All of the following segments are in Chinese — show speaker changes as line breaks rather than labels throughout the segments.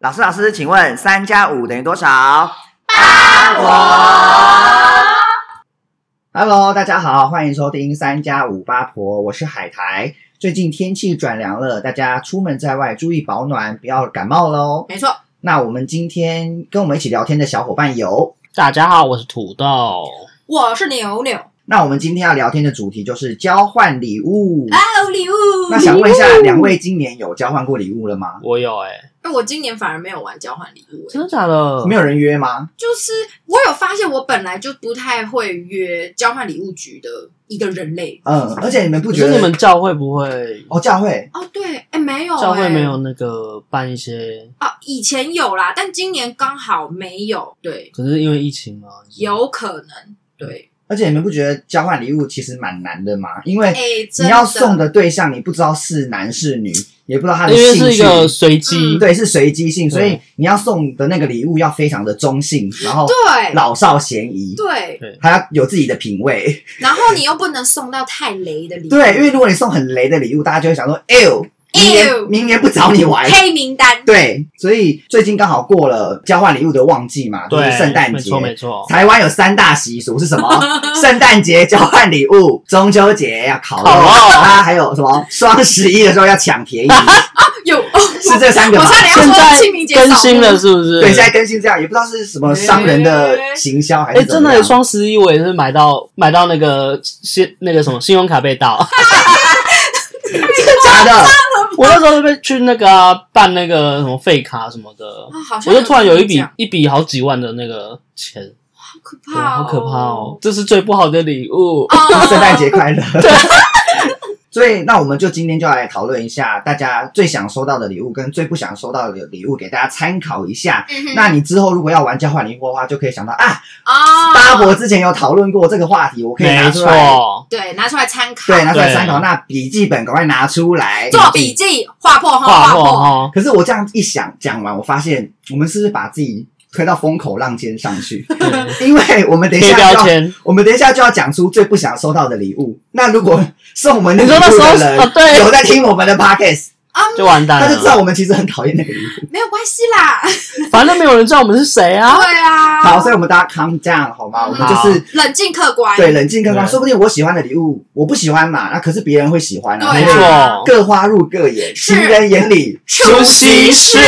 老师，老师，请问三加五等于多少？八婆。Hello，大家好，欢迎收听三加五八婆，我是海苔。最近天气转凉了，大家出门在外注意保暖，不要感冒喽。
没错，
那我们今天跟我们一起聊天的小伙伴有，
大家好，我是土豆。
我是牛牛。
那我们今天要聊天的主题就是交换礼物。
哦，礼物。
那想问一下，两位今年有交换过礼物了吗？
我有哎、
哎我今年反而没有玩交换礼物、欸
真的假的？
没
有，
有人约吗？
就是我有发现，我本来就不太会约交换礼物局的一个人类。
嗯，而且你们不
可
觉
是
得
你们教会不会？
哦，教会
哦，对，哎、没有、欸，
教会没有那个办一些，
啊，以前有啦，但今年刚好没有。对，
可是因为疫情嘛，就是
有可能。对，
而且你们不觉得交换礼物其实蛮难的吗？因为
嗯
哎、真
你要送的对象，你不知道是男是女，也不知道他的
因为
兴
是一
趣，
个随机
嗯，
对，是随机性，
对
所以你要送的那个礼物要非常的中性，然后
对
老少咸宜，
对，
还要有自己的品味。
然后你又不能送到太雷的礼物，
对，因为如果你送很雷的礼物，大家就会想说，哎呦，明
哎呦
年明年不找你 玩。
黑名单。
对，所以最近刚好过了交换礼物的旺季嘛，就是
对，
圣诞
没
节。
错没错。
台湾有三大习俗是什 么？圣诞节交换礼物，中秋节要烤肉，
烤肉
啊，还有什么双十一的时候要抢便宜，
有哦，
是这三个
我
吗？
差点要
现
说
在
清明节扫
更
墓
新了是不是？
对，现在更新这样，也不知道是什么商人的行销还
哎、
是怎
真
么
的，
样。
双十一我也是买到买到那个信那个什么信用卡被盗，
假的，
我那时候被去那个啊、办那个什么废卡什么的，
啊，好像
我就突然有一笔
好
一笔好几万的那个钱，
可
对，
怕、
好可怕哦！！这是最不好的礼物。
哦
圣诞节快乐。 所以，那我们就今天就来讨论一下大家最想收到的礼物跟最不想收到的礼物，给大家参考一下。
嗯哼
那你之后如果要玩交换礼物的话，就可以想到啊，
啊，
巴伯之前有讨论过这个话题，我可以拿
没
出来
错，
对，拿出来参考，
对，拿出来
对
参考。那笔记本赶快拿出来
做笔。记，划破哈，
画
破
画哈，
可是我这样一想，讲完我发现，我们是不是把自己推到风口浪尖上去？
对
因为我们等一
贴
下
标
就要，
签。
我们等一下就要讲出最不想收到的礼物。那如果送我们的
你
礼
说那
物
时候
的
哦
人，
对
有在听我们的 podcast，
就完蛋
他就知道
了，
我们其实很讨厌那个礼物。
没有关系啦。
反正没有人知道我们是谁啊。
对啊，
好，所以我们大家 calm down 好吗？我们就是。
冷静客观，
对，冷静客观，
对
说不定我喜欢的礼物我不喜欢嘛，那可是别人会喜欢啊。
对
没
啊
错，
各花入各眼，
是
情人眼里
出席
师，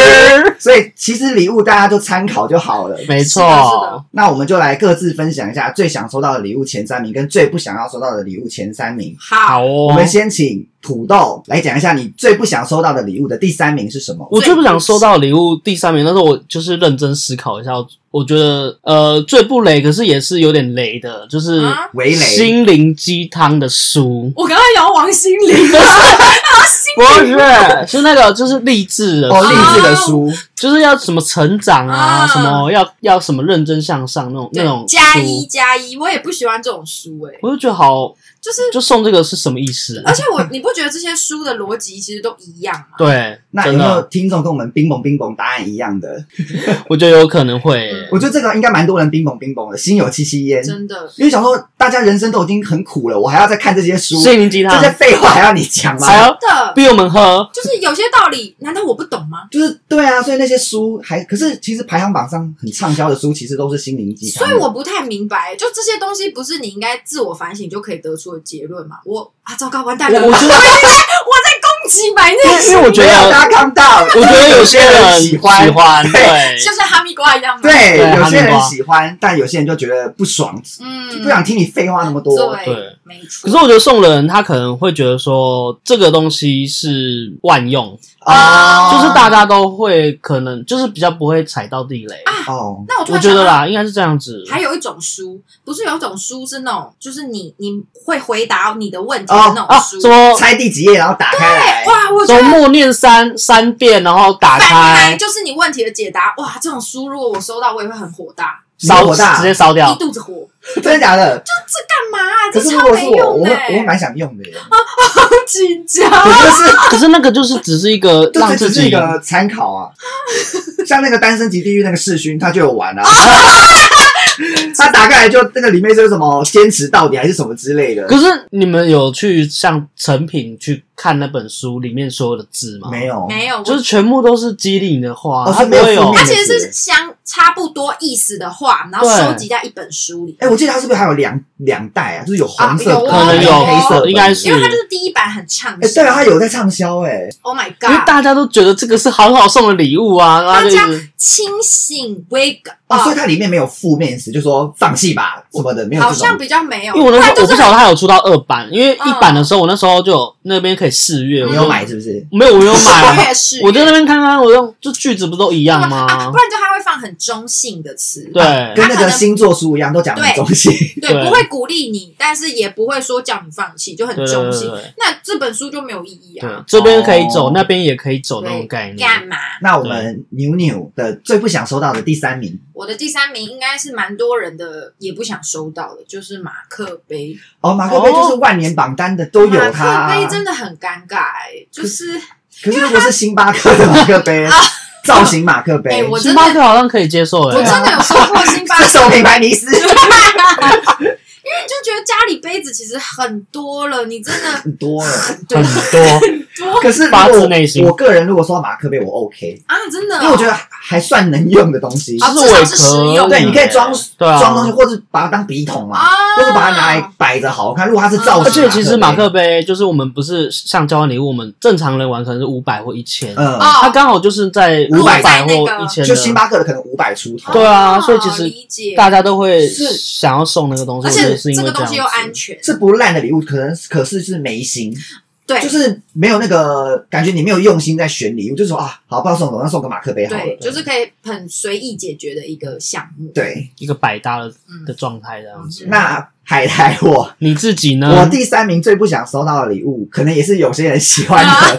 所以其实礼物大家都参考就好了。
是
没
的是
错，
那我们就来各自分享一下最想收到的礼物前三名，跟最不想要收到的礼物前三名。
好
好，哦
我。们先请土豆来讲一下你最不想收到的礼物的第三名是什么？
我最不想收到礼物第三名，但是我就是认真思考一下，我觉得呃最不雷，可是也是有点雷的，就是
啊
围雷。
心灵鸡汤的书，
我刚刚摇王心 凌，
不是是那个就是励志的
哦，
书，
励志的书，
就是要什么成长
啊
啊，什么要要什么认真向上那种那种
对加一
书，
加一，我也不喜欢这种书，哎，
我就觉得好，
就是，
就送这个是什么意思？啊
而且我你不觉得这些书的逻辑其实都一样吗？
对，
那有
真
没有
的，
听众跟我们冰崩冰崩答案一样的？
我觉得有可能会。
我觉得这个应该蛮多人冰崩冰崩的，心有戚戚焉。
真的，
因为想说，大家人生都已经很苦了，我还要再看这些书，
心灵鸡
这
汤
些废话还要你讲吗？
还啊要
真的
逼我们喝，
就是有些道理，难道我不懂吗？
就是对啊，所以那些书还可是其实排行榜上很畅销的书，其实都是心灵鸡汤
所
的。
以我不太明白，就这些东西不是你应该自我反省就可以得出的结论吗？我啊，糟糕，完蛋了！
我我觉得
攻击 白内
因为我觉
没有
得，
大家看到，
我觉得有些人
喜
喜
欢
欢，对，
就像哈密瓜一样吗？，
对，
对
有些
哈密
人
瓜
喜欢，但有些人就觉得不爽，
嗯，
就不想听你废话那么多。
对，
对
没错。
可是我觉得送人他可能会觉得说这个东西是万用，
哦，
就是大家都会可能就是比较不会踩到地雷。
哦，
啊那我突
我
然
觉
想
得
到，
啦，应该是这样子。
还有一种书，不是有一种书是那种，就是你你会回答你的问题
哦
的那
啊，
种书。
什么
猜第几页，然后打开来
对，，哇，我觉
啊
从
得
默念三三遍，然后打
翻开
开，
就是你问题的解答。哇，这种书如果我收到，我也会很火大。
你
烧
火大
直接烧
一
掉。
肚子火，
真的假的？
这干嘛啊？
可
这
是
超
如果是
没
我，
用
我
的
会我会
欸，
蛮想用的耶，
不紧张。
可是可是那个就是只是一个
这
让
这
自
只是一
己
个参考 啊。像那个《单身级地狱》那个世勋，他就有玩啊。
哦
他打开来就那个里面就是什么坚持到底还是什么之类的，
可是你们有去像成品去看那本书里面所有的字吗？
没，有
没有，我
就是全部都是激励你的话，
哦
它
是
不
没有
会
负
有
面
它其实是相差不多意思的话，然后
对
收集在一本书里。
哎、我记得它是不是还有两两代啊？就是有红色本、
啊有
可能有
黑色本，
应该是
因为它就是第一版很畅
哎、
销。
对啊，它有在畅销哎，
o h my
因为
god！
大家都觉得这个是很好送的礼物啊，然后就一
大
直
清醒 wake
哦，所以
up，
它里面没有负面词，就说放弃吧什么的，没有
好
这
像
种。
比较没有。
因为我那时
它
候
就
我不
是
晓得他有出到二版，因为一版的时候我那时候就有那边可以试
你
阅，我
嗯有
就
买是不是？
没有？我 有
我
买，啊
也是，
我在那边看看，我用就句子不都一样
啊，
吗
不？然就它会放很中性的词，
对，
跟那
它可
个
能
星座书一样，都讲很中性。
对，
对
不会鼓励你，但是也不会说叫你放弃，就很
对对
中
对
性。
对
那这本书就没有意义
对
啊，，
这边可以走
哦，
那边也可以走那
对
种概念。
干嘛？
那我们牛牛的最不想收到的第三名
我的第三名应该是蛮多人的也不想收到的，就是马克杯。
哦，马克杯就是万年榜单的都有它、
马克杯真的很尴尬哎、就是
可是如果是星巴克的马克杯，造型马克
啊哎、
杯，
我真
星
的
巴克好像可以接受
我
啊
诶、
真
欸，
的有收过星巴
这
克，
什么品牌 迷思？
因为就觉得家里杯子其实很多了，你真的
很多了。
对
很多
可是如
发自
果
内心
我个人如果收到马克杯，我 OK，
啊，真的哦、
因为我觉得还算能用的东西。
啊
就是我
至少是实用
可
的
对，你可以装
对啊，
装东西，或者把它当笔筒嘛，
啊，
或者把它拿来摆着好看。如果它是造型，啊
啊而且其实马
马克
克杯就是我们不是像交换礼物，我们正常人玩可能是五百或一千、
杯，嗯，
哦
它刚好就是在
500
百
在
或
那个
一千，
就星巴克的可能五百出头，
对啊
哦
所以其实
理解
大家都会
是
想要送那个东
而
西，我觉
且
得是因
这
为
个
这
东
样
西又安
子。
全，
是不烂的礼物，可能可是是没心，
对，
就是没有那个感觉，你没有用心在选礼物，就说啊，好，不知道送什么，那送个马克杯好
对
了，。
就是可以很随意解决的一个项目。
对，
一个百搭的
嗯
的状态这样子。
那海苔我
你自己呢？
我第三名最不想收到的礼物，可能也是有些人喜欢 的。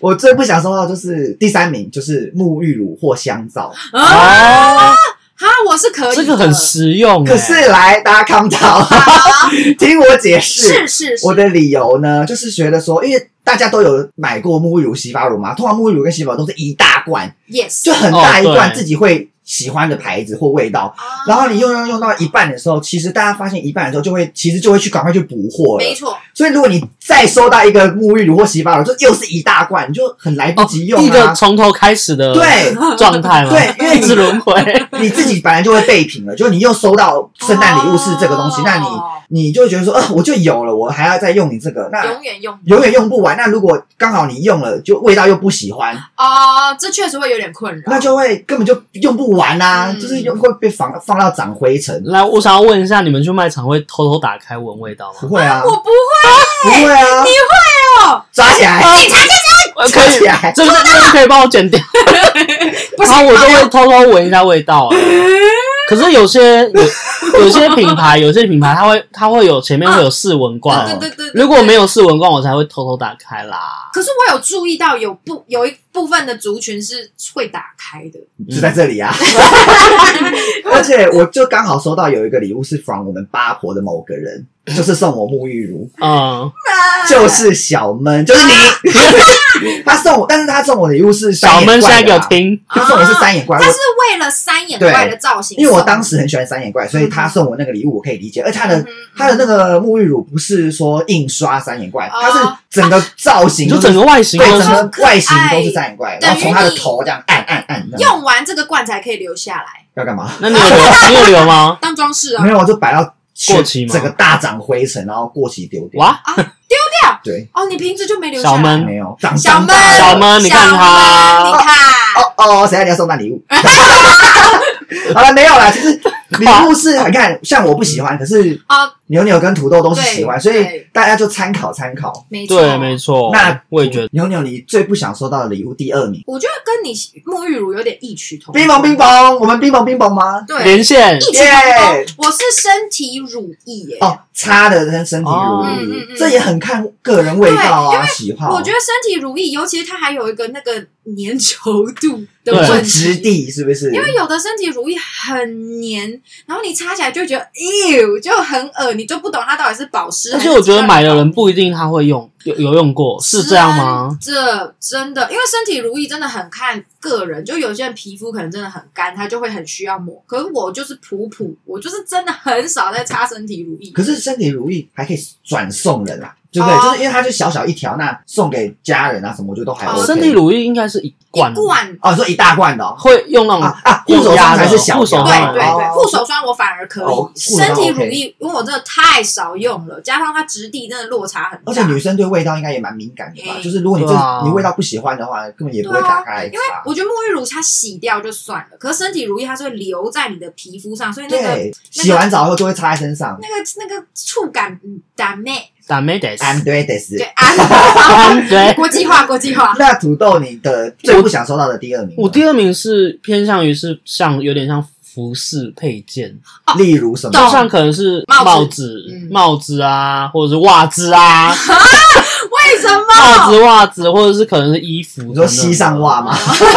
我最不想收到就是第三名，就是沐浴乳或香皂。
啊，
哦，
哈，我是可以的，
这个很实用欸、
可是来，大家看不到，
好
听我解释。
是是是，
我的理由呢，就是觉得说，因为大家都有买过沐浴乳、洗发乳嘛，通常沐浴乳跟洗发乳都是一大罐，
yes，
就很大一
哦
罐，
对
自己会喜欢的牌子或味道。
啊
然后你用用用到一半的时候，其实大家发现一半的时候，就会其实就会去赶快去补货了。
没错，
所以如果你再收到一个沐浴乳或洗发乳，就又是一大罐，你就很来 不及用
哦一
啊
个。从头开始的
对，
状态嘛，
对因为
一直轮 回。
你自己本来就会备品了，就你又收到圣诞礼物是这个东西，
哦
那你你就会觉得说，呃，我就有了，我还要再用你这个，那
永远用
永远用不完。那如果刚好你用了，就味道又不喜欢，
啊，这确实会有点困扰。
那就会根本就用不完啦、
嗯
就是用会被放放到长灰尘。
来，我想要问一下，你们去卖场会偷偷打开闻味道
不
吗？
会啊，
我不会，
不会啊，你会
哦，
抓起来，
呃可
抓
以
起，来，
这个这个可以帮我 剪掉。
不是
然后我就会偷偷闻一下味道、啊。可是有些有有些品牌，有些品牌它会它会有前面会有试闻罐，
对对对，对
如果没，有试闻罐，我才会偷偷打开啦。
可是我有注意到有部有一部分的族群是会打开的，
嗯
就在这里啊。而且我就刚好收到有一个礼物是 from 我们八婆的某个人，就是送我沐浴乳，
嗯，
啊
就是小闷，就是你。 他送我，但是他送我的礼物是三
小
眼
闷现
怪
在给
的
我
啊，
听，
他送我是三眼怪，我
但是为了三眼怪的造型，
因为我当时很喜欢三眼怪，所以他送我那个礼物我可以理
嗯
解。而且他的他的那个沐浴乳不是说印刷三眼怪，
哦
它是整个造型
你
都，
就是整个外形
对
都
整
是
好
个
可爱
外形都是三眼怪，
等于
然后从他的头这样按按按，这样
用完这个罐才可以留下来
要干嘛？
那你有留 你有留吗？
当装饰啊
没。有，我就摆到
过期吗
整个大长灰尘，然后过期丢掉。
哇，
对，
哦，你瓶子就没留下
小
来。
闷
没有长
小
长
闷，
大了
小闷你看他
小闷你看，
哦哦，谁要你要送那礼 物？好了，没有啦，就是礼物是你看，像我不喜欢，可是
哦，
牛牛跟土豆都是喜欢，
对
所以
对
大家就参考参考。
没错，
对，没错。
那
我也觉得，
牛牛，你最不想收到的礼物第二名，
我觉得跟你沐浴乳有点异曲同工。
冰雹冰雹，我们冰雹冰雹吗？
对，
连线
异曲同
耶
工。我是身体乳液耶，
哦，擦的跟身体乳
哦
嗯嗯嗯
液，这也很看个人味道啊，喜好。
我觉得身体乳液，尤其是它还有一个那个粘稠度的
对
或
问
质
题。
地是不是？
因为有的身体乳液很黏，然后你擦起来就会觉得 ew，就很恶，你就不懂它到底是保湿还
而
是
且
真的保。
我觉得买的人不一定他会用，有有用过
啊
是这样吗？
真的？这真的，因为身体乳液真的很看个人，就有些人皮肤可能真的很干，他就会很需要抹。可是我就是普普，我就是真的很少在擦身体乳液。
可是身体乳液还可以转送人啊，对不
哦
对？就是因为它就小小一条，那送给家人啊什么，我觉得都还
哦
OK。
身体乳液应该是一罐
一，罐，
哦，你说一大罐的哦
会用那种
啊啊，护手
有压
霜
的
才是小
嗯护手
条
对
的
霜
对
哦
对，护手霜我反而可以，
哦护手霜
身体乳
OK
液因为我真的太少用了，加上它质地真的落差很大。
而且女生对味道应该也蛮敏感的吧？
嗯
就是如果你
对啊
这你味道不喜欢的话，根本也不会
对啊
打开来
因
擦
为。我觉得沐浴乳它洗掉就算了，可是身体乳液它是会留在你的皮肤上，所以那个
对，洗完澡后都会擦在身上。
那个那个触感嗯打妹，
打没得死，
安对得是
对。啊，
安对。
国际化国际化，
那土豆，你的最不想收到的第二名呢，
我第二名是偏向于是像有点像服饰配件，
例如什
就
么
哦懂？
像可能是
帽子
帽子、
嗯
帽子啊，或者是袜 子啊，
为什么？
袜子、袜子，或者是可能是衣服等等，
你说膝上袜吗？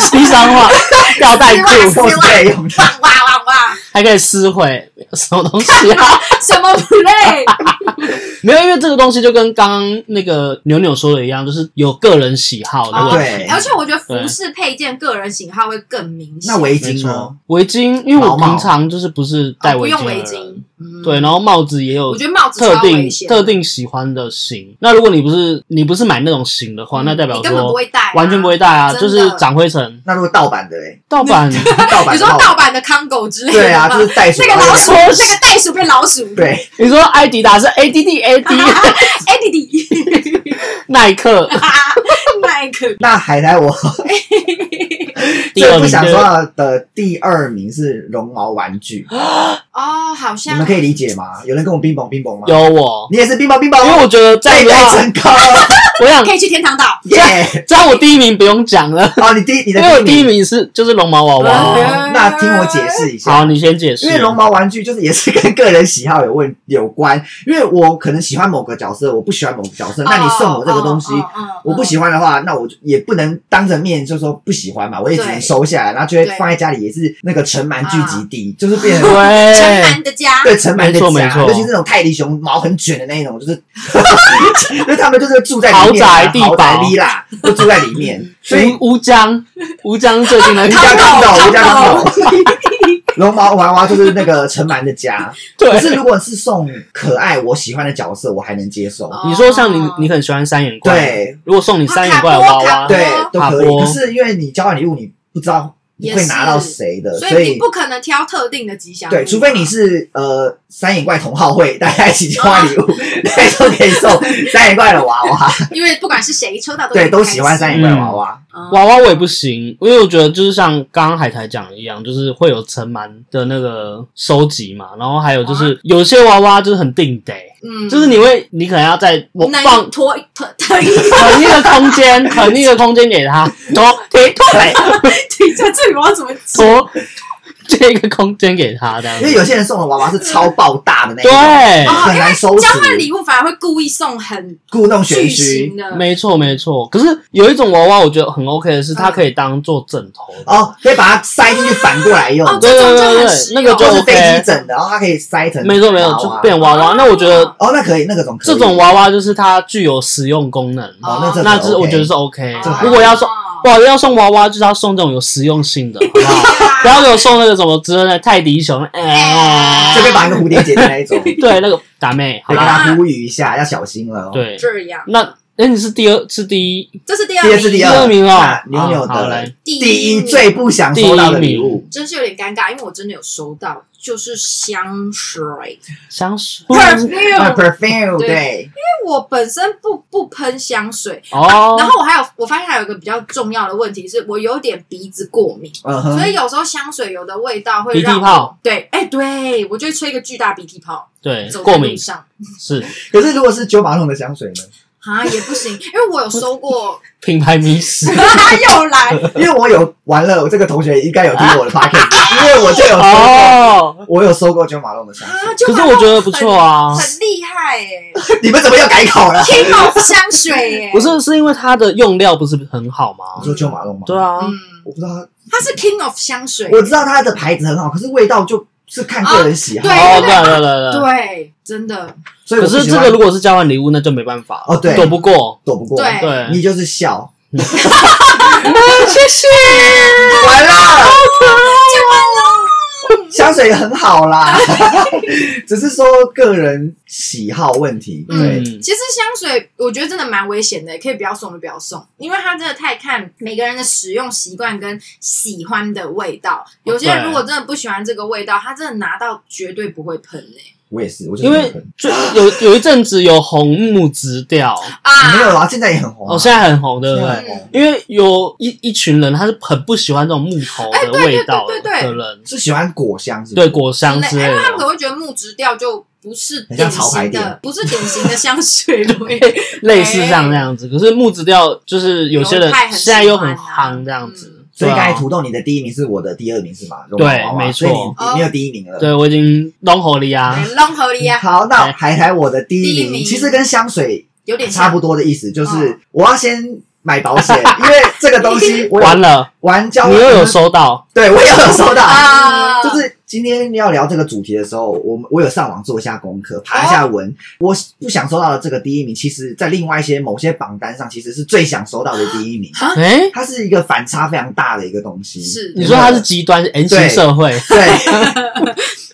西上 袜，吊带
丝袜
裤，
或是备 用的？
哇哇哇哇！
还可以撕毁什么东西啊？
什么 play？
没有，因为这个东西就跟刚刚那个牛牛说的一样，就是有个人喜好的
哦
问题。
对，
而且我觉得
对
服饰配件个人型号会更明显。
那围
没
巾
错
呢？，
哦围巾，因为
毛
我
毛
平常就是不是戴
哦不
围巾
用
的
围
人，
巾，嗯
对，，然后帽子也有
我觉得帽子
特
超
定
危险的，
特定喜欢的型。那如果你不是你不是买那种型的话，
嗯
那代表
你根本不
说
会戴啊，
完全不会戴啊，
真
就
的
是长灰尘。
那如果盗版的 嘞？
盗版
盗版的
你说
话
盗版的康狗之类的吗，
对啊，就是袋鼠
那
然
个
后
老鼠，
我
那个袋鼠变老鼠，
对，
你说艾迪达是 A D D A D，
哎，弟弟，
耐克
耐克，
那海苔 我
第二
最不
名
想
就是
说到的第二名是绒毛玩具，
哦，好
你
像
们可以理解吗？有人跟我冰雹冰雹吗？
有 我，
你也是冰雹冰
因为
雹，
我觉得这样
被
的
带
话，
成功，
我想
可以去天堂岛。
耶！
这样我第一名不用讲 了，
哦，你第你
因
的
为我第一
名，
名是就是绒毛娃娃。
哦那听我解释一
好，
下。
你先解释。
因为绒毛玩具就是也是跟个人喜好有问有关，因为我可能喜欢某个角色，我不喜欢某个角色，那你送我这个东西，
哦，哦
我不喜。欢的话，那我就也不能当着面就说不喜欢嘛，我也只能
对哦
收下来，然后就会
对
放在家里，也是那个尘螨聚集地，就是变成
哦哦城
对，
南的家，
对尘螨的
没错没
家，
错
尤其是那种泰迪熊毛很卷的那一种，就是， 因为他们就是住在里面
豪
啊
宅地堡
豪宅里啦，就住在里 面，所以
吴吴江，吴江最 近的
人家看不到，人家看 不到。绒毛娃娃就是那个尘螨的 家，可是
对，
如果是送可爱我喜欢的角色，我还能接受，
哦
你说像你，你很喜欢三眼怪，，
对，哦
如果送你三眼怪的娃
卡
娃
波，卡
对，都可以。
波
可是因为你交换礼物，你不知道你会拿到谁的，
所
所
以你
以
不可能挑特定的吉祥物啊嘛。
对，除非你是呃三眼怪同好会，大家一起交换礼物，大家都可以 送三眼怪的娃娃，
因为不管是谁抽到，
对，都喜欢三眼怪娃娃。
哇
娃娃我也不行，因为我觉得就是像刚刚海苔讲的一样，就是会有尘螨的那个收集嘛，然后还有
哦
就是有些娃娃就是很定得，
嗯
就是你会你可能要在我
能
放
脱脱脱衣
很一个空间，很一个空间给他，脱腿
嗯
腿
停在这里，我要怎么讲？
脱这一个空间给他这样
因为
子，
有些人送的娃娃是超爆大的那一种，
对，
哦
很难收拾
交，换礼物反而会故意送很
故弄玄
巨
虚
型。的，
没错没错。可是有一种娃娃，我觉得很 OK 的是，它可以当做枕头的
哦，可以把它塞进去反过来用，
哦
对对对
这种就
对
很实，
那
用
个就
啊哦或是飞
啊哦 OK
机。枕的，然后它可以塞成
没错没错，
娃
就
娃
变娃娃。那我觉得
哦，那可以，那个种可以
这种娃娃就是它具有实用功能，
哦，那这
那就是
OK
我觉得是 OK
这还。好
哎如果要送，
哦
不好意思，要送娃娃就是要送这种有实用 性的，好不好？不要给我送那个什么真的泰迪熊，哎，
就可以把一个蝴蝶结的那一种，
对那个打妹， 好
对，跟
吧？
吧
他呼吁一下，要小心了哦。，
对，
这样，
那哎，你是第二是第一
这是第二
第
名，
二是第
第二名哦
那，牛牛
啊
得
好
了
来，
第
第一
名
最不想收到的礼
第一
物，
真是有点尴尬，因为我真的有收到，就是香水
香水
那
perfume。
啊 perfume
对
对，
因为我本身不不喷香水，
哦
然，后我还有我发现还有一个比较重要的问题是，我有点鼻子过敏，
嗯
所
哼，
以有时候香水有的味道会
鼻涕
让
泡，
对，哎、对我就会吹一个巨大鼻涕泡，
对，
走在
过
路
敏
上
是
可是如果是九马桶的香水呢？
啊，也不行，因为我有收过，。
品牌迷失
又来，
因为我有完了，我这个同学应该有听我的 p o c k e t 因为我就有收过，
哦，
我有收过九马龙的香水。
啊，就
可是我觉得不错啊
很，很厉害哎、
你们怎么又改口了？
k i m o 香水哎、
不，是是因为它的用料不是很好吗？
你说九马龙吗？
对啊，
嗯，
我不知道它，
它是 King of 香水，
我知道它的牌子很好，可是味道就是看个人喜好
对，
哦，
对
对对对对。
对，啊真的，
所以
可
我不
是
喜
这
欢
个如果是交换礼物，那就没办法
哦对
躲不过。
躲不过，
对
对，嗯
你就是笑，
谢谢。
完了。
就完了。
香水很好啦， 只是说个人喜好问题。对，
嗯，
其实香水我觉得真的蛮危险的，可以不要送就不要送，因为它真的太看每个人的使用习惯跟喜欢的味道。有些人
对
如果真的不喜欢这个味道，他真的拿到绝对不会喷欸诶、
我也是，我就是
因为最有有一阵子有红木直调，
没
啊，
有啊，现在也很红啊。
哦，现在很红，对
现
不
在
对？
很红，
因为有一一群人，他是很不喜欢这种木头的味道
哎对对对对对
的人，
是喜欢果香是不
对
是？
果香之
因
类
为他们可
的，
能会觉得木质调就不是
很像
典
潮牌
型
店
的，不是典型的香水味。
类似像那样子。可是木质调就是有些人
犹太很喜欢啊
现在又很夯这样子，
所以刚才
对啊
土豆你的第一名是我的第二名是吗？绒毛娃娃
对没
所
错
以你你没有第一名
嗯
了。
对我已经弄好了呀，
long 合理啊，
好，那
对
海苔我的第一
第一
名
名
其实跟香水
有点
差不
多。
多的意思，就是
嗯
我要先买保 险，因为这个东西我有
完了，
玩交
你又有收到，
对我也有收到
啊
就是今天要聊这个主题的时候，我们我有上网做一下功课，爬一下文。我不想收到的这个第一名，其实在另外一些某些榜单上，其实是最想收到的第一名。
哎，
它是一个反差非常大的一个东西。
是
你说他是极端 N 型社会，
对，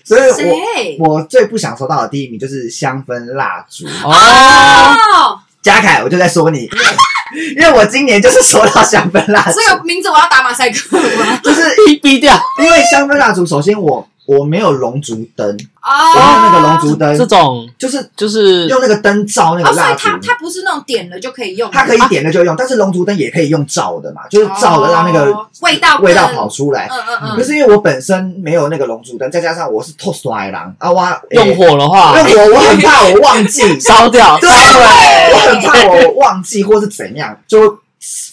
所以我
谁？
我最不想收到的第一名就是香氛蜡烛。啊
哦，
哦，
嘉凯，我就在说你， 因为因为我今年就是收到香氛蜡烛，
这个名字我要打马赛 克吗？
就是
逼 逼掉，
因为香氛蜡烛，首先我我没有龙烛灯，我用那个
哦，
龙烛
这
灯，
种
就是
就是
用那个灯照那
哦，
个
所
蜡
以
烛
它。它不是那种点了就可以用的，哦
它可以点了就用，但是龙烛灯也可以用照的嘛，就是照了让那个
哦味道
味道
更
跑出来。
嗯嗯
可
嗯，
是因为我本身没有那个龙烛灯，再加上我是 toast 矮狼啊，哇，欸
用火的话
用火，我很怕我忘记，
烧掉，
对，我很怕我忘记或是怎样，就会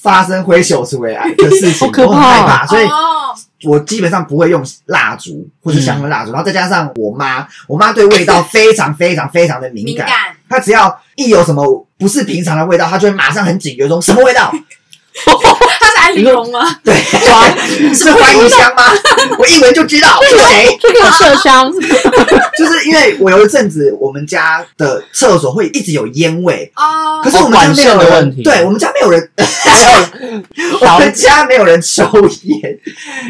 发生挥手出来的事情，
好可怕
我很害怕，所以
哦
我基本上不会用蜡烛或是香氛蜡烛，然后再加上我妈，我妈对味道非常非常非常的敏
敏
感，
感，
她只要一有什么不是平常的味道，她就会马上很警觉说什么味道？
它是安陵容吗？
对， 是欢宜香吗？我一闻就知道是谁。
这个麝香，
就是因为我有一阵子，我们家的厕所会一直有烟味，
哦
可，是我们家没有
管线的问
人，
题啊
对我们家没有 人，我们家没有人抽烟，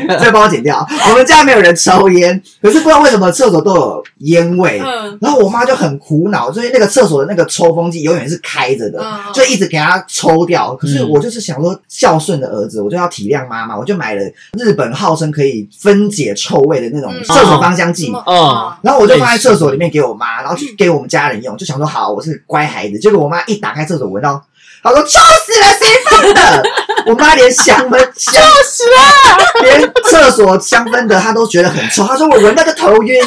这个帮我剪掉。我们家没有人抽烟，可是不知道为什么厕所都有烟味。
嗯
然后我妈就很苦恼，所以那个厕所的那个抽风机永远是开着的，
嗯
就一直给她抽掉。可
嗯
是我就是想说，孝顺的儿子，我就要体谅妈妈，我就买了日本号称可以分解臭味的那种
嗯
厕所芳香剂。
什么哦
嗯
然后我就放在厕所里面给我妈，然后去给我们家人用，就想说好，我是乖孩子。结果我妈一打开厕所闻到，她说臭死了，谁放的？ 我妈连香氛香
死了，
连厕所香氛的她都觉得很臭，她说我闻到就头晕，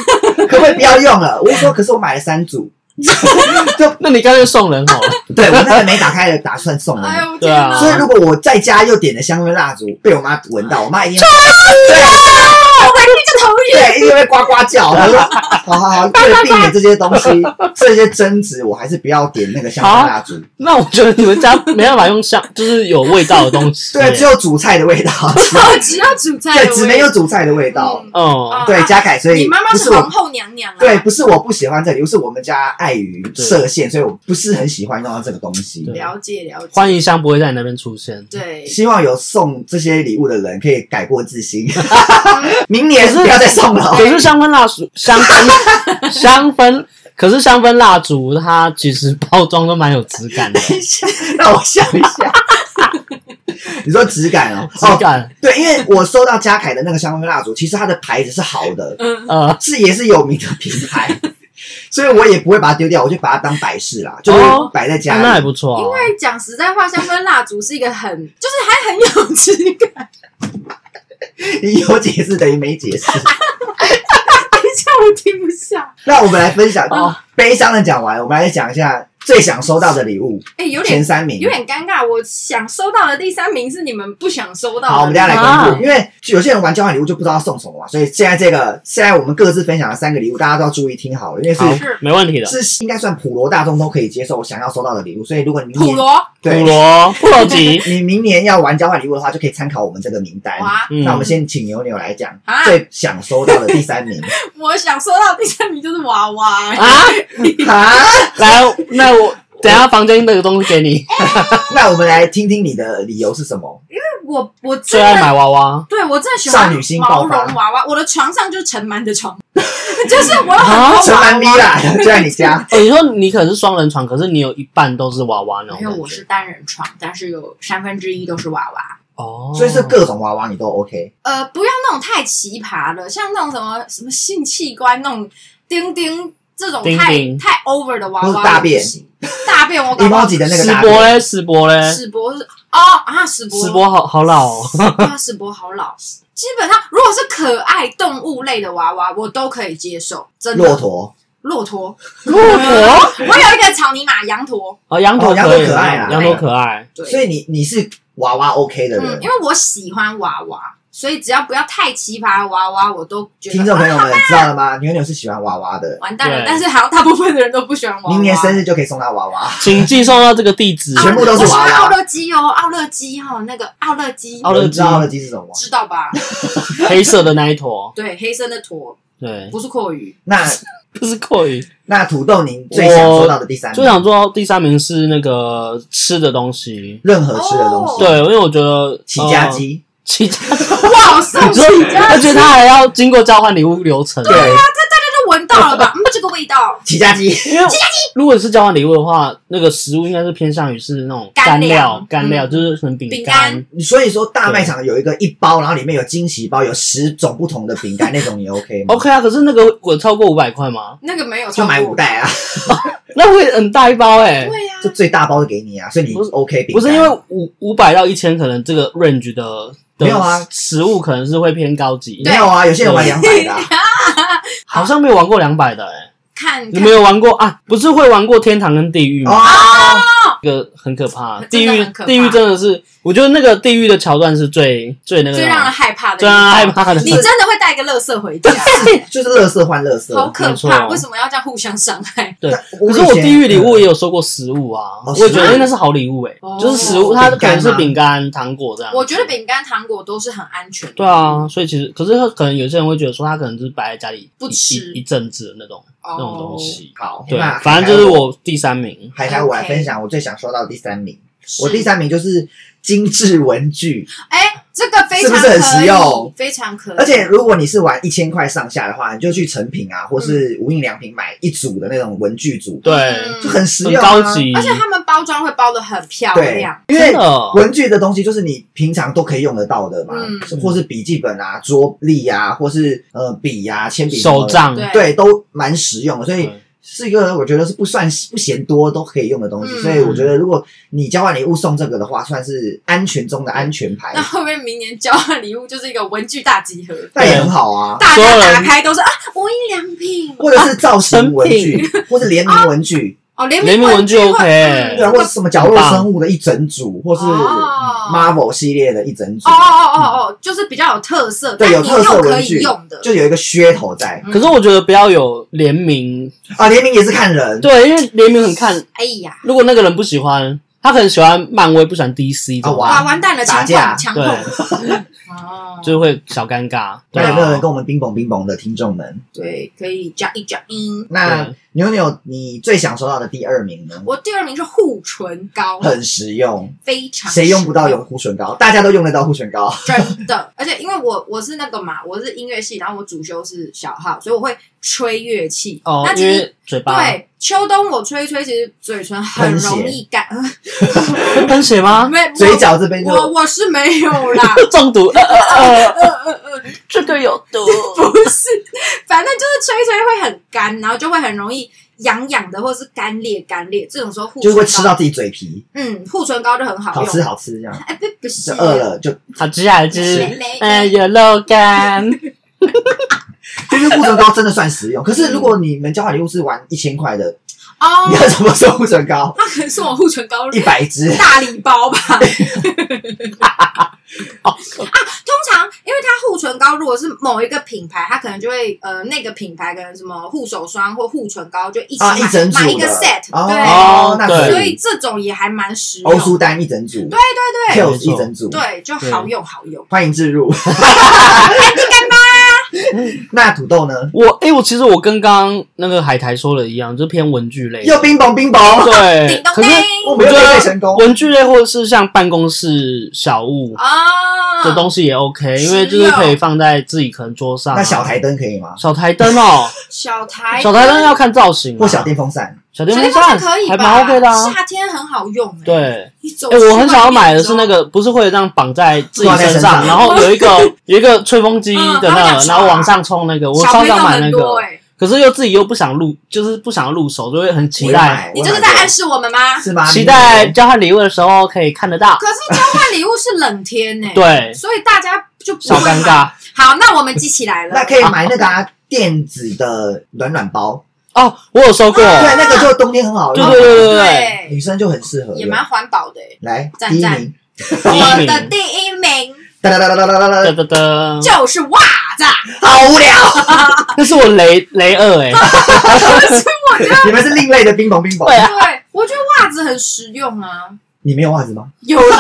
可不可以不要用了？我就说可是我买了三组，
那你干脆送人好了，
对我那个没打开的打算送人。
哎呦
对
天
啊
哪！
所以如果我在家又点了香氛蜡烛，被我妈闻
哎
到，我妈一定
我感觉就头晕。
对，一定会呱呱叫。她说好好 好，为了避免这些东西这些争执，我还是不要点那个香氛蜡烛。
那我觉得你们家没办法用香，就是有味道的东西。
对，只有煮菜的味道，
哦， 只要煮菜的 味，
对，只能有煮菜的味道。
嗯
哦，
对，
啊
加凯，所以
你妈妈
不
是
我
皇后娘娘啊，
对，不是我不喜欢这里，是我们家碍于设限，所以我不是很喜欢用到这个东西。
对
了解了解，
欢迎香不会在你那边出现。
对，
希望有送这些礼物的人可以改过自 新，明年不要再送了。
可是香氛蜡烛、香 氛、香氛，可是香氛蜡烛它其实包装都蛮有质感的，
让我想一下。 你说质感哦，
质
哦，
感
对，因为我收到嘉凯的那个香氛蜡烛，其实它的牌子是好的，
嗯，
呃，
是也是有名的品牌， 所以我也不会把它丢掉，我就把它当摆饰啦，就是
哦
摆在家里。
那还不错
因
啊。
为讲实在话，香氛蜡烛是一个很，就是还很有质感。
你有解释等于没解释。
等一下，我停不下。
那我们来分享
哦
悲伤的讲完，我们来讲一下最想收到的礼物
哎、有
前
点
三名
有。点尴尬。我想收到的第三名是你们不想收到的。
好，我们等一下来公
啊
布，因为有些人玩交换礼物就不知道送什么嘛，所以现在这个现在我们各自分享的三个礼物，大家都要注意听好了，因为是
好
是，
没问题的。
是应该算普罗大众都可以接受想要收到的礼物，所以如果你
普罗
对，
普罗普罗吉
你明年要玩交换礼物的话，就可以参考我们这个名单。
哇，
嗯
那我们先请牛牛来讲
啊
最想收到的第三 名
我想收到第三名就是娃娃、
啊，
啊！
来，那我等一下房间那个东西给 你，
那我们来听听你的理由是什么？
我我真
最爱
的
买娃娃
对我真的喜欢
少女心
毛
爆发
绒娃娃，我的床上就是陈满 的床，就是我有很
啊
多
陈
娃
凡 V
娃。
啦，就在你家。
哦。你说你可能是双人床，可是你有一半都是娃娃那种
因
感
为
觉。
我是单人床，但是有三分之一都是娃娃。
哦，
所以是各种娃娃你都 OK，
呃，不要那种太奇葩的，像那种什么什么性器官那种钉钉这种
钉
太
钉
太 over 的娃
或
娃，
是大便，
大便我搞
狸
不
猫
好
级的那个
史
大
博
便
嘞，史博嘞，
史博是哦啊史博
史博好好老哦。
啊史博好老，基本上如果是可爱动物类的娃娃，我都可以接受，真的
骆驼，
骆驼，
骆驼
我有一个草泥马羊驼，
哦，羊驼
哦羊驼
可以
可爱啊
羊驼可爱。
对，
所以你你是娃娃 OK 的
嗯，
人
因。为我喜欢娃娃，所以只要不要太奇葩的娃娃，我都觉
听
得
众
啊
朋友们知道了吗？牛牛是喜欢娃娃的，
完蛋了。
对
但是好像大部分的人都不喜欢娃娃。啊
明年生日就可以送他娃娃。
请寄送到这个地址。
全部都是
我喜
娃娃
欢奥乐基哦，奥乐基哦，那个奥乐基
奥乐基
知道
嗯
奥乐基是什么吗？
知道吧？
黑色的那一坨，
对，黑色的驼
对，
不是阔鱼，
那
不是阔鱼。
那土豆您最想收到的第三
就
名，
想做到第三名是那个吃的东西，
任何吃的东西，
哦
对，因为我觉得
起家，
呃
鸡，
起家，
哇，送
你说
起家
而且他还要经过交换礼物流程，
对，啊
就闻到了吧？嗯， 这个味道，
起家鸡。
因为如果是交换礼物的话，那个食物应该是偏向于是那种
干
干
粮
料，干料
嗯
就是可能饼
饼干
干，
所以说大卖场有一个一包，然后里面有惊喜包，有十种不同的饼干，那种你 OK 吗
OK 啊，可是那个有超过五百块吗？
那个没有
就
超
买
过
五。袋啊，
那会很大一包哎、
对呀、
就最大包的给你啊，所以你
不是
OK 饼干
不是因为五五百到一千，可能这个 range 的的
没有啊
食物可能是会偏高级。
没有啊，有些人玩两百的啊、
好像没有玩过两百的哎、
看
你
看
没有玩过啊？不是会玩过天堂跟地狱吗？
哦，
那个很可怕，
真
地
的
狱
很可怕
地狱真的是，我觉得那个地狱的桥段是最最那个
最
的
让人害怕的，
最让人害。怕的。
你真的会带一个垃圾回 家，
就是乐色换乐色。
好可
没
怕！
错
为什么要这样互相伤害？
对，
但
可是我
以前
地狱礼物也有收过食物啊，
哦
我也觉
食
得
物
哎那是好礼物哎
哦，
就是食物，它可能是饼干、糖果这样。
我觉得饼干、糖果都是很安全的。
啊对啊，所以其实可是可能有些人会觉得说，他可能就是摆在家里
不
一
吃
一一阵子的那种
哦，
那种东西。
好，
对
那，
反正就是我第三名。
海苔，我来
OK
分享我最想收到的第三名。
是。
我第三名就是精致文具，
哎，这个非
是
常
不是很
可以
实用
非常可以。
而且如果你是玩一千块上下的话，你就去成品啊，或是无印良品买一组的那种文具组，
对，
就很实
很
用、啊，
高级，
嗯而且他们包装会包的很漂亮，
因为
真的
文具的东西就是你平常都可以用得到的嘛，
嗯
或是笔记本啊、桌历啊，或是呃笔啊、铅笔、
手，账，嗯
对，
对
都蛮实用的，所以
对。
是一个我觉得是不算不嫌多都可以用的东西，
嗯
所以我觉得如果你交换礼物送这个的话，算是安全中的安全牌
那，会不会明年交换礼物就是一个文具大集合？
那也很好啊。
大
所
家
有人
打开都是啊，无印良品
或者是造型文具，或是联名文具，
哦，联
联名文具
会
OK
嗯
对啊，或者是什么角落生物的一整组，或是
哦
Marvel 系列的一整组
哦，哦哦哦，就是比较有特色，
对
但
有
你
特色
又可
文
以
具
用的，
就有一个噱头在
嗯可是我觉得不要有联名，
啊。联名也是看人，
对，因为联名很看，
哎呀，
如果那个人不喜欢，他可能喜欢漫威，不喜欢 DC
啊
的
哇
话，
哇，完蛋了，
打
强
架
控强控
对，
哦，
就会小尴尬。对
那有没有人
啊，
跟我们冰蹦冰蹦的听众们？
对，可以加一加一。
那
对
牛牛，你最想收到的第二名呢？
我第二名是护唇膏，
很实用，
非常
谁用不到
实
用护唇膏？大家都用得到护唇
哦
膏。
真的，而且因为我我是那个嘛，我是音乐系，然后我主修是小号，所以我会吹乐器。
哦
那，其
因
实
为嘴巴
对秋冬我吹一吹，其实嘴唇很容易干，
会喷血吗？
没我
啊嘴角这边就
我我是没有啦，
中毒，呃呃
呃
呃，
呃呃，
这个有毒。
不是，反正就是吹一吹会很干，然后就会很容易痒痒的，或者是干裂干裂，这种时候护
就是会
唇
吃
膏，
到自己嘴皮，
嗯，护唇膏就很好
好
用。
吃好吃这样。
哎，不不是
就饿了就，
好，接下来就
没
是，
没
呃，
没
有肉干，
就是护唇膏真的算实用。可是如果你们交换礼物是玩一千块的，
哦
你，要什么时候护唇膏？
他可能送我护唇膏
一百支，
大礼包 吧。 啊，通常因为它护唇膏如果是某一个品牌，它可能就会呃那个品牌可能什么护手霜或护唇膏就一起买、
啊一整组的
买一个 set，、
哦，那
对，
可
所以这种也还蛮实用
欧。舒丹一整组，
对对对
Kills 一整组，
对，就好用好用。
欢迎置入。
啊
那土豆呢？
我哎、我其实我跟刚刚那个海苔说的一样，就偏文具类的。
又冰雹冰雹，
对
叮，咚
可
叮
是
我
我
们
觉
又没
得
被成功。
文具类或者是像办公室小物
啊，
的东西也 OK，因为
实
就
用
是可以放在自己可能桌上啊、
那小台灯可以吗？
小台灯哦，
小台
小台灯要看造型啊，
或小电风扇？
小
小
电
电
风
风
扇
扇可以吧？
还蛮 OK 的啊。
夏天很好用、欸。
对，
你走出
哎、
门，
我很想要买的是那个，不是会这样绑在自己
挂在身上
上，然后有一 个有一个吹风机的
嗯然后
那
两
个，
手
然后往上冲那个，我
啊小
超
朋友
想买
很
那
多
个，
哎、
可是又自己又不想入，就是不想入手，就会很期待，
我也买
你就是在暗示啊我们 吗？
是吗？
期待交换礼物的时候可以看得到，
可是交换礼物是冷天呢、，
对，
所以大家就不
小
会
尴
买。
尬
好，那我们记起来了。
那可以买那个啊，电子的暖暖包，
哦，我有收过，
对，那个就冬天很好
对
用
对，对对对，
哦对，
女生就很适合
也
用。
蛮环保的、欸。
来，
赞
第一
赞
名，
我
第一
的
名，
第一名
哒哒哒哒哒哒哒
哒
哒，
哒哒，
就是袜子，
好无聊。
那是我雷雷二哎、
你们是另类的冰雹冰
对
雹，
啊
对我觉得袜子很实用啊。
你没有袜子吗？
有 啦，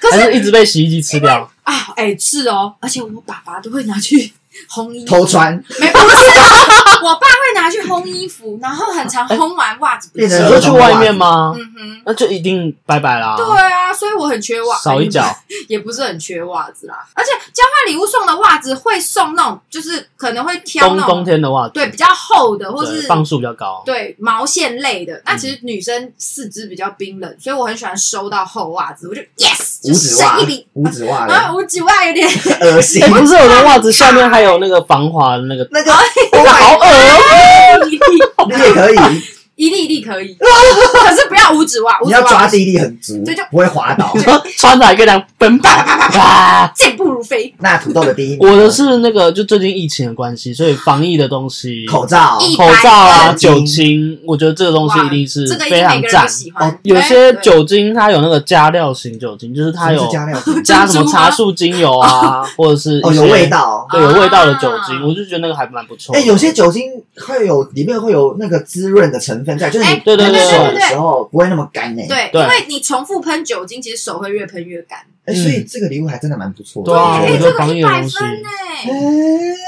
可
还
是
是一直被洗衣机吃掉，
啊，哎、是哦，而且我爸爸都会拿去烘衣服
偷，穿
没不是啊，我爸会拿去烘衣服，然后很常烘完袜子不
哎变成
你
见
了
说去外面吗？
嗯哼，
那就一定拜拜啦，
对啊，所以我很缺袜，
少一脚。
也不是很缺袜子啦。而且交换礼物送的袜子会送那种，就是可能会挑
冬
那
冬
种
天的袜子，
对比较厚的，或
对嗯
是
磅数比较高，
对毛线类的。那其实女生四肢比较冰冷，所以我很喜欢收到厚袜子，我就 yes
五
就
指
省
袜
一笔，。
五指袜
啊，
了，
五指袜有 点
恶心
哎、。不是有的袜子
哎
下面还有那个防滑的那个，
那个 Oh
好
my，
恶哦
哎一粒
你也 可以，
一粒一粒 可以，可是不要五指袜，五
你
指
要抓
袜
地力很足
对 就，
不会滑倒。
哦、 穿着还可以这样奔跑。啊！
健步如飞。
那土豆的第一名，
我的是那个，就最近疫情的关系，所以防疫的东西，
口罩，
一
口罩啊、
酒
酒精，我觉得这个东西一定是
哇这个一
非
定
常
每个人
赞哦
都。喜欢。
有
哎
些
对
酒精它有那个加料型酒精，就是它
什么
有
是加 料酒，
加什
珍珠
么
吗
茶树精油啊，或者是
哦，
一
有
些
味，道。
对，有味道的酒
啊
精，我就觉得那个还蛮不错的。
哎，有些酒精会有里面会有那个滋润的成分在，就是你
哎
对对对
喷手
对
的
对
时候不会那么干欸呢。
对，
对
因为你重复喷酒精，其实手会越喷越干。
哎，所以这个礼物还真的蛮不错的。
嗯对啊
我
哎
觉
我
得
觉
这
得
个
防疫
一
的
百
东西
分呢，
哎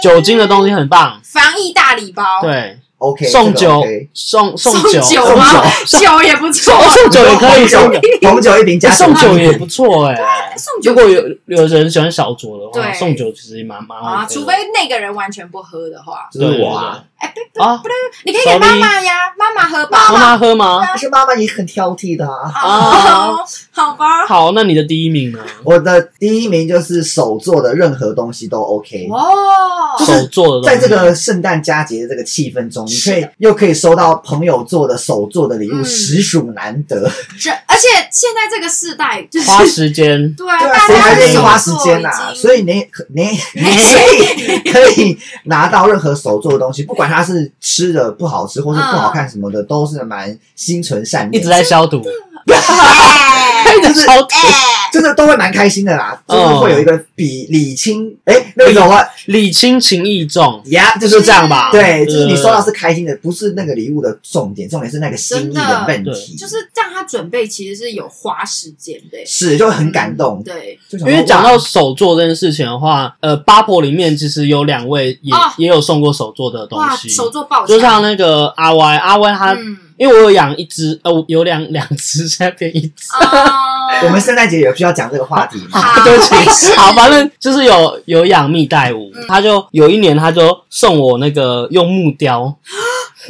酒精的东西很棒，
防疫大礼包，
对，
OK，这
送
个
酒
OK
送送
送
酒
酒
送
吗
酒？
酒也不错
送，送酒也 可以，送
红酒红酒一瓶加
哎送酒
一
也
瓶
不错哎、
送酒
如果有有人喜欢小酌的
对
话，送酒其实也蛮蛮 OK
啊，
的
除非那个人完全不喝的话，
就是我啊，
哎，不
对啊，
你可以给
Sorry
妈妈呀，妈妈喝吧。
妈妈喝吗？
但是妈妈也很挑剔的啊。
哦，好吧。
好，那你的第一名呢？
我的第一名就是手做的任何东西都 OK，
哦，
手做的
在
东西
这个圣诞佳节的这个气氛中，你可
是
以又可以收到朋友做的手做的礼物，
嗯
实属难得。
这而且现在这个世代就是
花 时间，
对啊，
对啊，
大
谁还
家
愿意
手
花时
做
间
已
啊？
经
所以你你 你可以拿到任何手做的东西，不管它是吃的不好吃，或是不好看什么的，都是蛮心存善念的，
一直在消毒，
哎
一直在消毒，
哎
真的都会蛮开心的啦，就
嗯
哦
是会有一个比理清，哎，那个什么
礼轻情意重，
呀，就
就是是这样吧？
对，就是你收到是开心的，不是那个礼物的重点，重点是那个心意的问
真的
题，
就是让他准备，其实是有花时间的，
是就很感动。
对，
就想
因
说
为讲到
哇
手作这件事情的话，呃，八婆里面其实有两位也、
哦
也有送过手作的东
哇，
西，
手做爆
就像
强，
那个阿 Y，阿 Y 他、
嗯，
因为我有养一只，呃，我有两两只，现在变一只。
啊
我们圣诞节有需要讲这个话题吗？
好
对不
没事
起，好，反正就是有有养蜜袋鼯，
嗯
他就有一年他就送我那个用木 雕，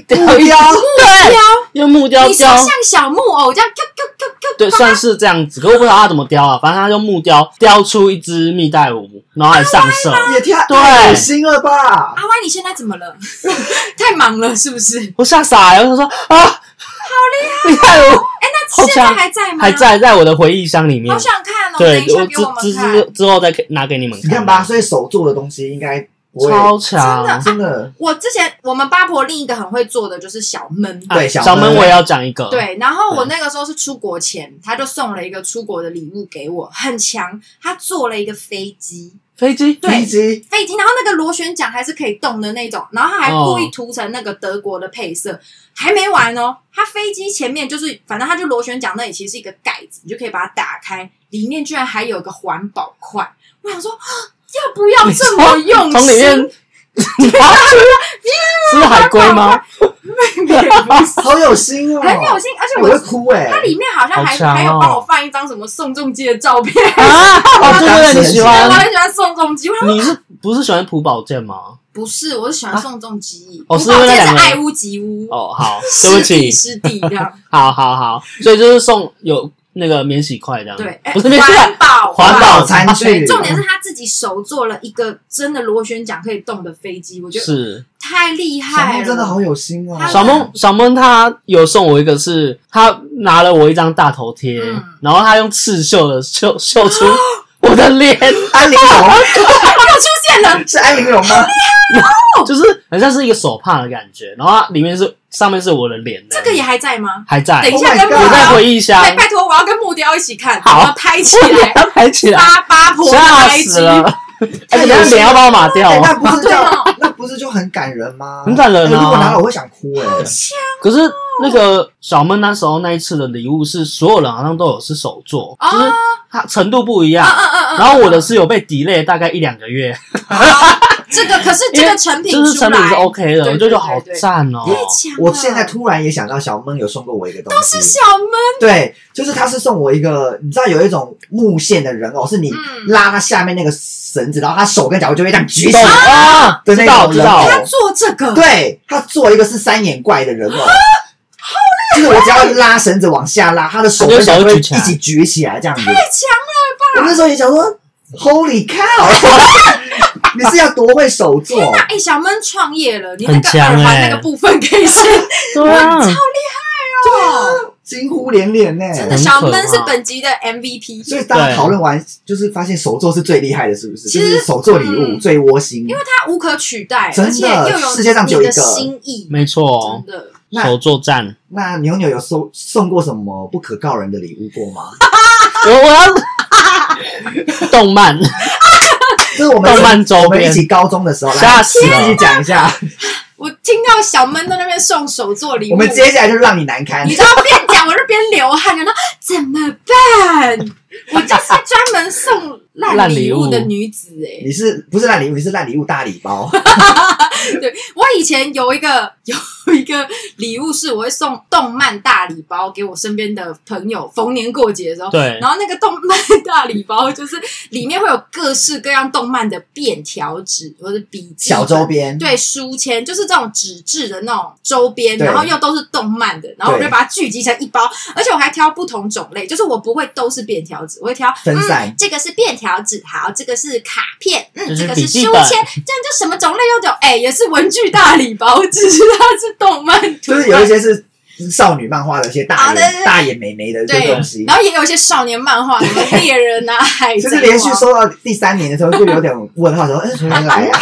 雕一
雕
对，用木雕
哦你说
雕
像，啊小木偶这样，啾啾啾啾
对，算是这样子。可我不知道他怎么雕啊，反正他用木雕雕出一只蜜袋鼯，然后还上
啊
色。
也太
对
太恶心了吧！
阿歪，你现在怎么了？ 太忙了是不是？
我吓傻了，我想说啊，好厉害！蜜袋鼯
哎，那
好
现在
强
还在吗？
还，在在我的回忆箱里面
好。想看哦。等
对
一，下
我
给我们
之之
看
之之后再给拿给你们
你看吧，。所以手做的东西应该不会
超强。
真的
我之前我们八婆另一个很会做的就是小
嗯
闷。
对小
小
闷
我也要讲一个，，
对，然后
嗯
我那个时候是出国前，他就送了一个出国的礼物给我，很强。他做了一个飞机，
飞机，
对
飞机
飞机，然后那个螺旋桨还是可以动的那种，然后他还故意涂成那个德国的配色。还没完哦，他飞机前面就是，反正它就螺旋桨那里其实是一个盖子，你就可以把它打开，里面居然还有一个环保块。我想说， 啊要不要这么用
从里
心？
面拿 出是海龟吗？
好有心哦，
很有心，而且
我
我
会哭哎、
它里面好像还、
好强哦
还有帮我放一张什么宋仲基的照片，
啊，哦，对对对，你喜
我
欢，
很喜欢宋仲基。我想说
你是不是喜欢朴宝剑吗？
不是，我是喜欢宋仲基，
哦
我
是
宝
因为那
剑
两
是
个人
爱屋及乌，
哦，好，对
师
不
弟
起，
师弟这样。
好好好，所以就是送有那个免洗筷这样，
对，哎
不是免洗筷，
环保
环
环保
保
餐具，
对，重点是他自己手做了一个真的螺旋桨可以动的飞机，我觉得
是
太厉
小
害
梦
了，
真的 好有心哦，
他
小梦，小梦她有送我一个是，她拿了我一张大头贴，
嗯
然后她用刺绣的绣 绣出我的脸，
哦
安陵 容
又出现了，
是安陵容吗？
就是很像是一个手帕的感觉，然后它里面是上面是我的脸样，
这个也还在吗？
还在，
等一
Oh
下
my
跟木
god
我在
雕，
回忆箱，
哎，拜托，我要跟木雕一起看，
好
我要拍起 来，
要拍起来，
八八婆的
吓
IG
死了， 而
哎
且她脸要帮我码掉
哎
哦，
那不 是就、
哦
那不是就很感人吗？
很感人啊
哎如果拿了我会想哭哎、
可是那个小闷那时候那一次的礼物是所有人好像都有是手做，
啊
就是它程度不一
嗯
样。
嗯嗯嗯，
然后我的是有被 delay 大概一两个月，
这个可是这
因
个
为
成品
就是
出
成品是
来
OK 的，
对
我就觉
对
得好
对对
赞哦。
太强了，啊
我现在突然也想到小梦有送过我一个东西，
是小闷，
对，就是他是送我一个，你知道有一种木线的人偶，是你
嗯，
拉它下面那个绳子，然后他手跟脚就会这样举起
懂
来
啊，
的
知
那
道
种
知
人
道
偶。
他做这个，
对，他做一个是三眼怪的人
啊
偶。就是我只要拉绳子往下拉，他的手跟脚就会一起举起来，这样子。
太强了，
我那时候也想说，Holy cow！你 是要多会手做？
哎，小闷创业了，你那
很
个
强
耳环
哎
那个部分可以先
对啊，
啊
做，
惊呼连连呢、
真
很可
的小闷是
怕
本集的 MVP，
啊所以大家讨论完，就是发现手做是最厉害的，是不是？
其
就
实
是手做礼物
嗯
最窝心。
它无可取代，
真的
而且又有
世界上只有
你
一个
的心意，
没错哦
真，的。
那
手作战。
那牛牛有送送过什么不可告人的礼物过吗？
我我要动漫，
就是我们
动漫周边
我们一起高中的时候，来
吓死
自己
了。
讲一下。
我听到小闷在那边送手做礼物，
我们接下来就是让你难堪
你。知道边讲我就边流汗，然后怎么办？我就是专门送烂礼物的女子哎、
你是不是烂礼物？你是烂礼物大礼 包。
我以前有一个 有一个礼物是我会送动漫大礼包给我身边的朋友，逢年过节的时候。
对，
然后那个动漫大礼包就是里面会有各式各样动漫的便条纸或者笔记
小
本
周边，
对书签，就是这种纸质的那种周边，
对
然后又都是动漫的，然后我
对
就把它聚集成一包，而且我还挑不同种类，就是我不会都是便条纸，我会挑
分散
嗯，这个是便条纸，好，这个是卡片，嗯，
这是
这个
笔
是
记
书签，这
本
样就什么种类都有，哎，也是文具大礼包，只是它是动漫图
就
啊
是有一
案。
些是少女漫画的一些大
啊对对
眼
对
大眼美眉的这些
对
东西
然。后也有一些少年漫画，什么猎人啊、海贼
就
王，
是连续收到第三年的时候，就有点问号，说：“ 哎，从哪来啊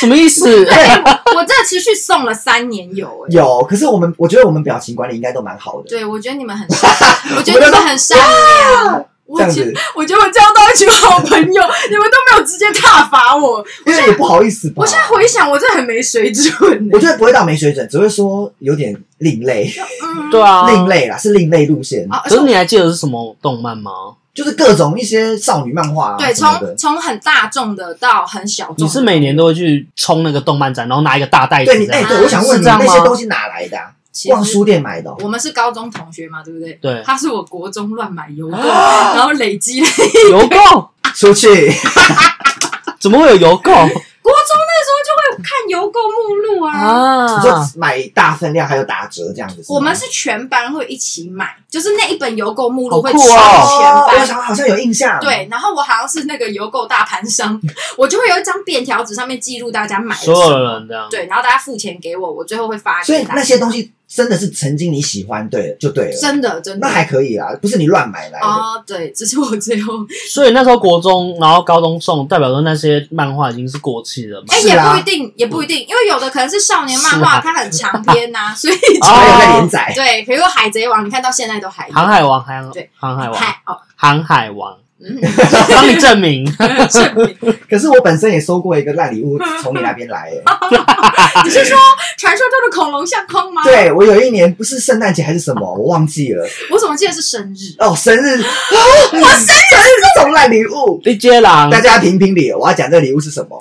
什么意思？
我这持续送了三年有、哎？”
有，可是我们我觉得我们表情管理应该都蛮好的。
对，我觉得你们 很善，我觉得你们很善良。我
啊这样
觉
子，
我觉得我交到一群好朋友， 你们都没有直接挞伐我。
因为也不好意思吧。
我现在回想，我真的很没水准、
我
欸。
觉得不会到没水准，只会说有点另类，
嗯，
对啊，
另类啦，是另类路线，
啊，而
可
且
是
我
你还记得是什么动漫吗？
就是各种一些少女漫画啊
对
什么的
从。从很大众的到很小众的，
你是每年都会去冲那个动漫展，然后拿一个大袋子
对你
这
哎，
样？
对我想问
是
你，
这样
那些东
吗？
西哪来的啊？
啊其
逛
实
书店买的哦。
我们是高中同学嘛，对不对？
对，
他是我国中乱买邮购，然后累积了。
邮购
啊
出去，
怎么会有邮购
国中那时候就会看邮购目录啊。
嗯
你说买大分量还有打折这样子吗。
我们是全班会一起买，就是那一本邮购目录
好
会
酷
全
哦
全
哦，我
班
想好像有印象。
对，然后我好像是那个邮购大盘商， 我就会有一张便条纸，上面记录大家买了
所
什
有
么。
人这样？
对，然后大家付钱给我，我最后会发
所以
给大
那
家。
些东西真的是曾经你喜欢，对了就对了，
真的真的
那还可以啦，不是你乱买来的。
啊，对，只是我最后
所以那时候国中，然后高中送，代表说那些漫画已经是过气了嘛
哎、？
是
也
啊
不一定，也不一定，因为有的可能是少年漫画，
是啊
它很长篇呐、所以，
所以有在连
哦，
载
对，比如《海贼王》，你看到现在都还有。
航海王，航
对
航海王，
海哦，
航海王，
嗯，
帮你证明。
是
可是我本身也收过一个烂礼物，从你那边来耶。
你是说传说中的恐龙相框吗？，
对我有一年不是圣诞节还是什么，我忘记了。
我怎么记得是生日？
哦，生日，我生日是送烂礼物，
一接狼
大家评评理。我要讲这个礼物是什么？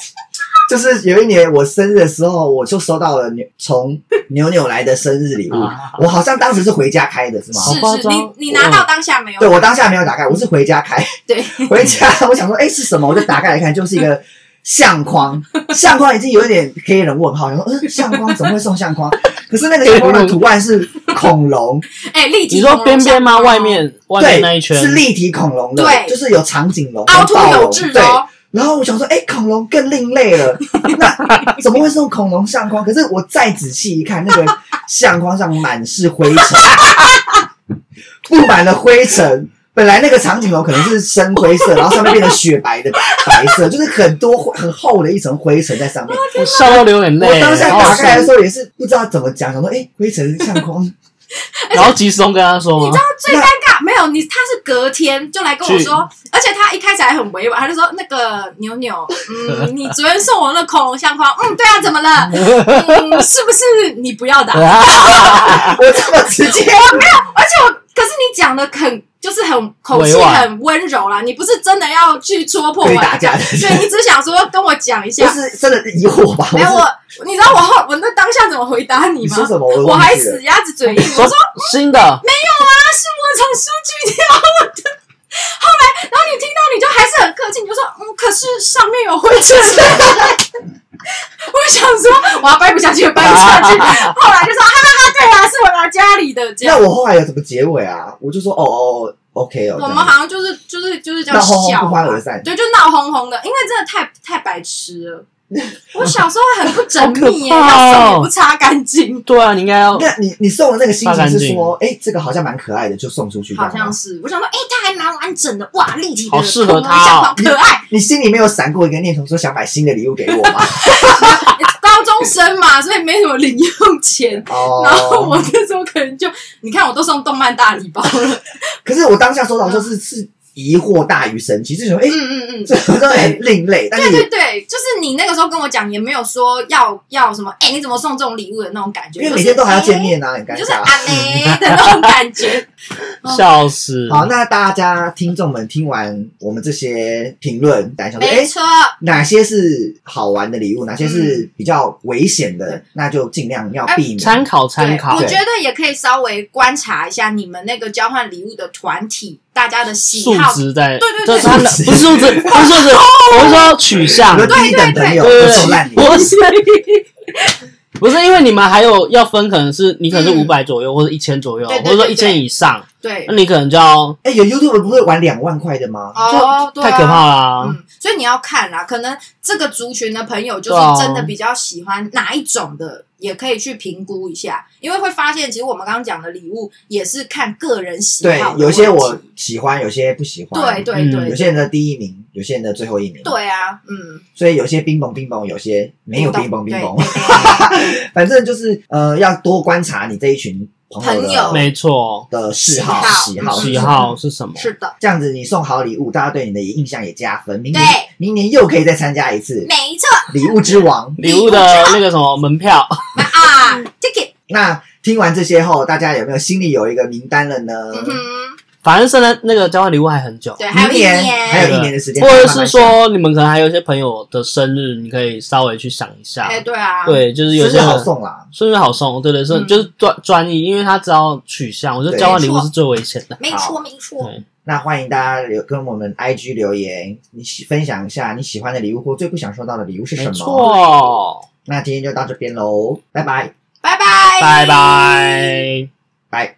就是有一年我生日的时候，我就收到了牛从牛牛来的生日礼物。
啊
我好像当时是回家开的，是吗？
好
是
夸
是，
张
你你拿到当下没有？
对，我当下没有打开，我是回家开。
对，
回家我想说，哎、是什么？我就打开来看，就是一个相框，相框已经有一点黑人问号，然后嗯，相框怎么会送相框？可是那个相框的图案是恐龙，
哎，立体
你说
恐
边
龙
边
相
吗？
框哦
外面外面那一
对，
圈
是立体恐龙的，
对
就是有长颈龙、
凹凸
暴
有
龙
致
对。
哦，
然后我想说，哎、恐龙更另类了， 那怎么会送恐龙相框？可是我再仔细一看，那个相框上满是灰尘， 布满了灰尘。本来那个长颈龙可能是深灰色，然后上面变成雪白的白色，就是很多灰很厚的一层灰尘在上面。
我笑到流眼
我
泪。
当下
好好
打
笑
开来的时候也是不知道怎么讲，想说，哎、灰尘相框，
然后吉松跟他说吗？
最尴尬，没有你，他是隔天就来跟我
去
说，而且他一开始还很委婉，他就说那个牛牛，嗯，你昨天送我那恐龙相框，嗯，对啊，怎么了？嗯，是不是你不要的啊？
我这么直接，
而且我，可是你讲的很，就是很口气
委婉
很温柔啦，你不是真的要去戳 破我
对打架的
对你只想说跟我讲一
就
下。
是真的疑惑吧？
没有
是
我，你知道我后我那当下怎么回答你
你
吗
说？什么？我
我
忘
还
记了
死鸭子嘴硬，我
说
说
新的，
那啊是我从书局挑啊的。后来，然后你听到你就还是很客气，你就说嗯，可是上面有灰尘。 我想说我要掰不下去，掰不 下去。后来就说哈哈哈，对啊，是我拿家里的这
那
样。
我后来有怎么结尾啊？我就说哦哦哦，OK 哦，
我
这
们
样
好像就是就是就是这样
闹哄哄
笑
不欢而
嘛，
散。
对，就闹哄哄的，因为真的太太白 痴了。我小时候很不缜密耶，
好可怕哦
要手也不擦干净，
对啊，你应该要
那你你送的那个心情
大干
是
净
说，哎、这个好像蛮可爱的，就送出去。
好像
是。
是。我想说，哎、它还蛮完整的，哇，立体的，
好适合它
小
哦
黄可爱。
你心里没有闪过一个念头，说想买新的礼物给我 吗？
高中生嘛， 所以没什么零用钱。然后
哦，
我那时候可能就，你看我都送动漫大礼包 了，
可是我当下收到的时候是是疑惑大于神奇，这种哎
嗯，嗯嗯，
这真的很另类，但
对
是
对
也
对，就是你那个时候跟我讲，也没有说要要什么，哎、你怎么送这种礼物的那种感觉，
因为每天都还要见
面。
面啊，很尴
就 是
尬。
阿梅的那种 感觉。
笑死。
好，那大家听众们听完我们这些评论，大家想说，哎、
没错，
哪些是好玩的礼物，哪些
嗯
是比较危险的，那就尽量要
哎
避免。
参考参
对，
考
我，觉得也可以稍微观察一下你们那个交换礼物的团体，大家的喜
数
好。
值在，
对对对
这是他的
数值
不是数值，不是数值，我是说取向
你，说第一等朋友
对
都
对
送烂
对，
礼物，
不是， 不是因为你们还有要分，可能是你可能
嗯
是五百左右，或者一千左右，
对对
或者说
对对
一千以上，
对
那，
嗯
你可能就要
哎、有 YouTube 不会玩两万块的吗？
哦，对啊
太可怕啦。
嗯，所以你要看啦，可能这个族群的朋友就
对啊
是真的比较喜欢哪一种的，也可以去评估一下，因为会发现其实我们刚刚讲的礼物也是看个人喜
对
好的，
有些我
问题
喜欢，有些不喜欢。
对对
嗯
对，
有些人的第一名，有些人的最后一名。，
对啊，嗯，
所以有些冰崩冰崩，有些没有冰崩冰崩。
对对对
反正就是呃，要多观察你这一群朋
朋友嗯
友的
没错，
的嗜好、
喜
喜
好
好、
喜好是什么？
是的，
这样子你送好礼物，大家对你的印象也加分。明
对
年明年又可以再参加一次
没错
礼物之王。
礼物的那个什么门票，
啊，ticket，
那听完这些后，大家有没有心里有一个名单了呢？
嗯哼，
反正圣诞那个交换礼物还很久，
对，还有
明
一
年还有
年，
一年的时间，
啊或者
慢
是
慢
说你们可能还有一些朋友的生日，你可以稍微去想一下。
哎，对啊，
对，就是有
想
些
生日好
人
送啊啦。
生日好送，对对是，
嗯
就是专专一，因为他知道取向，我觉得
对
交换礼
没
物
错
是最危险的。
没错没错，
对，
那欢迎大家留跟我们 IG 留言，你喜分享一下你喜欢的礼物或最不想收到的礼物是什
没
么。
错，
那今天就到这边喽，拜拜。
拜拜，
拜。拜。
拜。